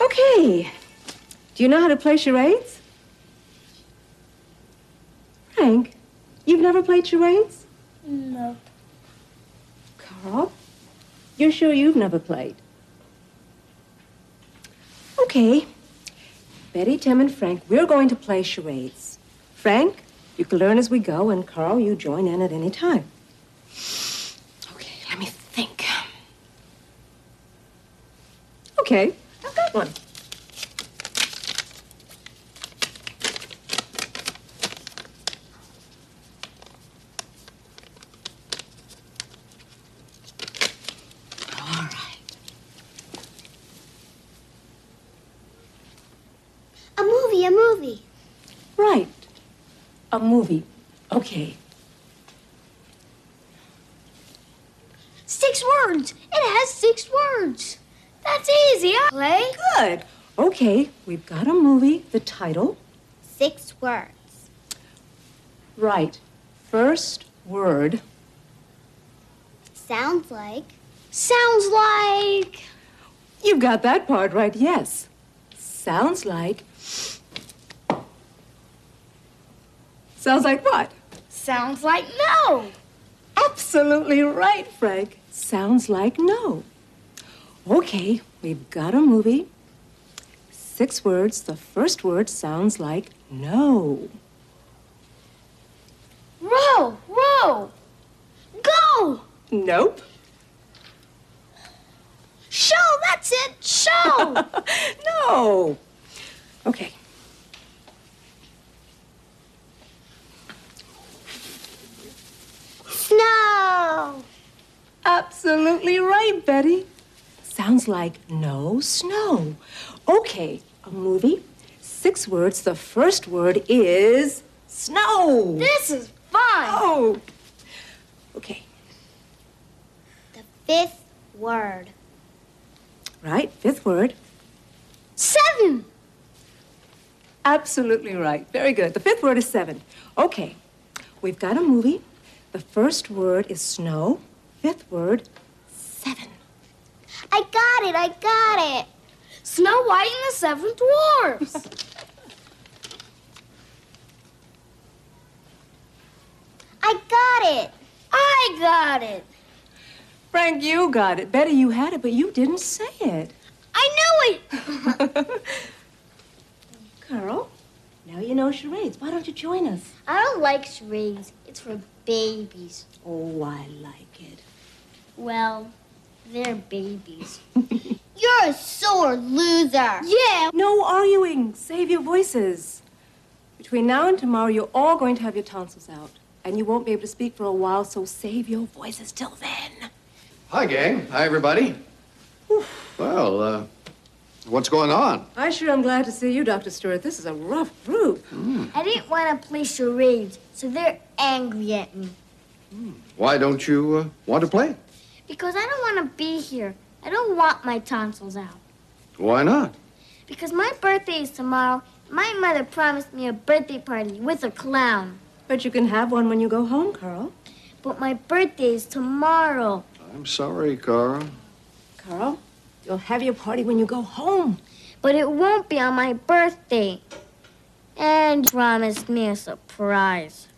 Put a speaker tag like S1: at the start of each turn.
S1: Okay. Do you know how to play charades? Frank, you've never played charades?
S2: No.
S1: Carl, you're sure you've never played? Okay. Betty, Tim, and Frank, we're going to play charades. Frank, you can learn as we go, and Carl, you join in at any time. Okay, let me think. Okay, I've got one. All right.
S2: A movie, a movie.
S1: Right. A movie. Okay.
S2: Six words. It has six words. That's easy. I play.
S1: Good. Okay, we've got a movie, the title.
S2: Six words.
S1: Right. First word.
S2: Sounds like. Sounds like.
S1: You've got that part right, yes. Sounds like. Sounds like what?
S2: Sounds like no.
S1: Absolutely right, Frank. Sounds like no. Okay, we've got a movie. Six words. The first word sounds like no.
S2: Row, row. Go.
S1: Nope.
S2: Show. That's it. Show.
S1: no. Okay.
S2: Snow.
S1: Absolutely right, Betty. Sounds like no snow. Okay, a movie. Six words. The first word is snow.
S2: This is fun.
S1: Oh. Okay,
S2: The fifth word.
S1: right. Fifth word.
S2: Seven.
S1: Absolutely right. Very good. The fifth word is seven. Okay, we've got a movie. The first word is snow. Fifth word, seven.
S2: I got it. I got it. Snow White and the Seven Dwarfs. I got it. I got it.
S1: Frank, you got it. Betty, you had it, but you didn't say it.
S2: I knew it.
S1: Carl, now you know charades. Why don't you join us?
S2: I don't like charades. It's for babies.
S1: Oh, I like it.
S2: Well, they're babies. You're a sore loser. Yeah.
S1: No arguing. Save your voices. Between now and tomorrow, you're all going to have your tonsils out, and you won't be able to speak for a while, so save your voices till then.
S3: Hi, gang. Hi, everybody. Well, uh, what's going on?
S1: I sure am glad to see you, Dr. Stewart. This is a rough group.
S2: I didn't want to play charades, so they're angry at me.
S3: Why don't you uh, want to play?
S2: Because I don't want to be here. I don't want my tonsils out.
S3: Why not?
S2: Because my birthday is tomorrow. My mother promised me a birthday party with a clown.
S1: But you can have one when you go home, Carl.
S2: But my birthday is tomorrow.
S3: I'm sorry, Carl.
S1: Carl, you'll have your party when you go home.
S2: But it won't be on my birthday. And promised me a surprise.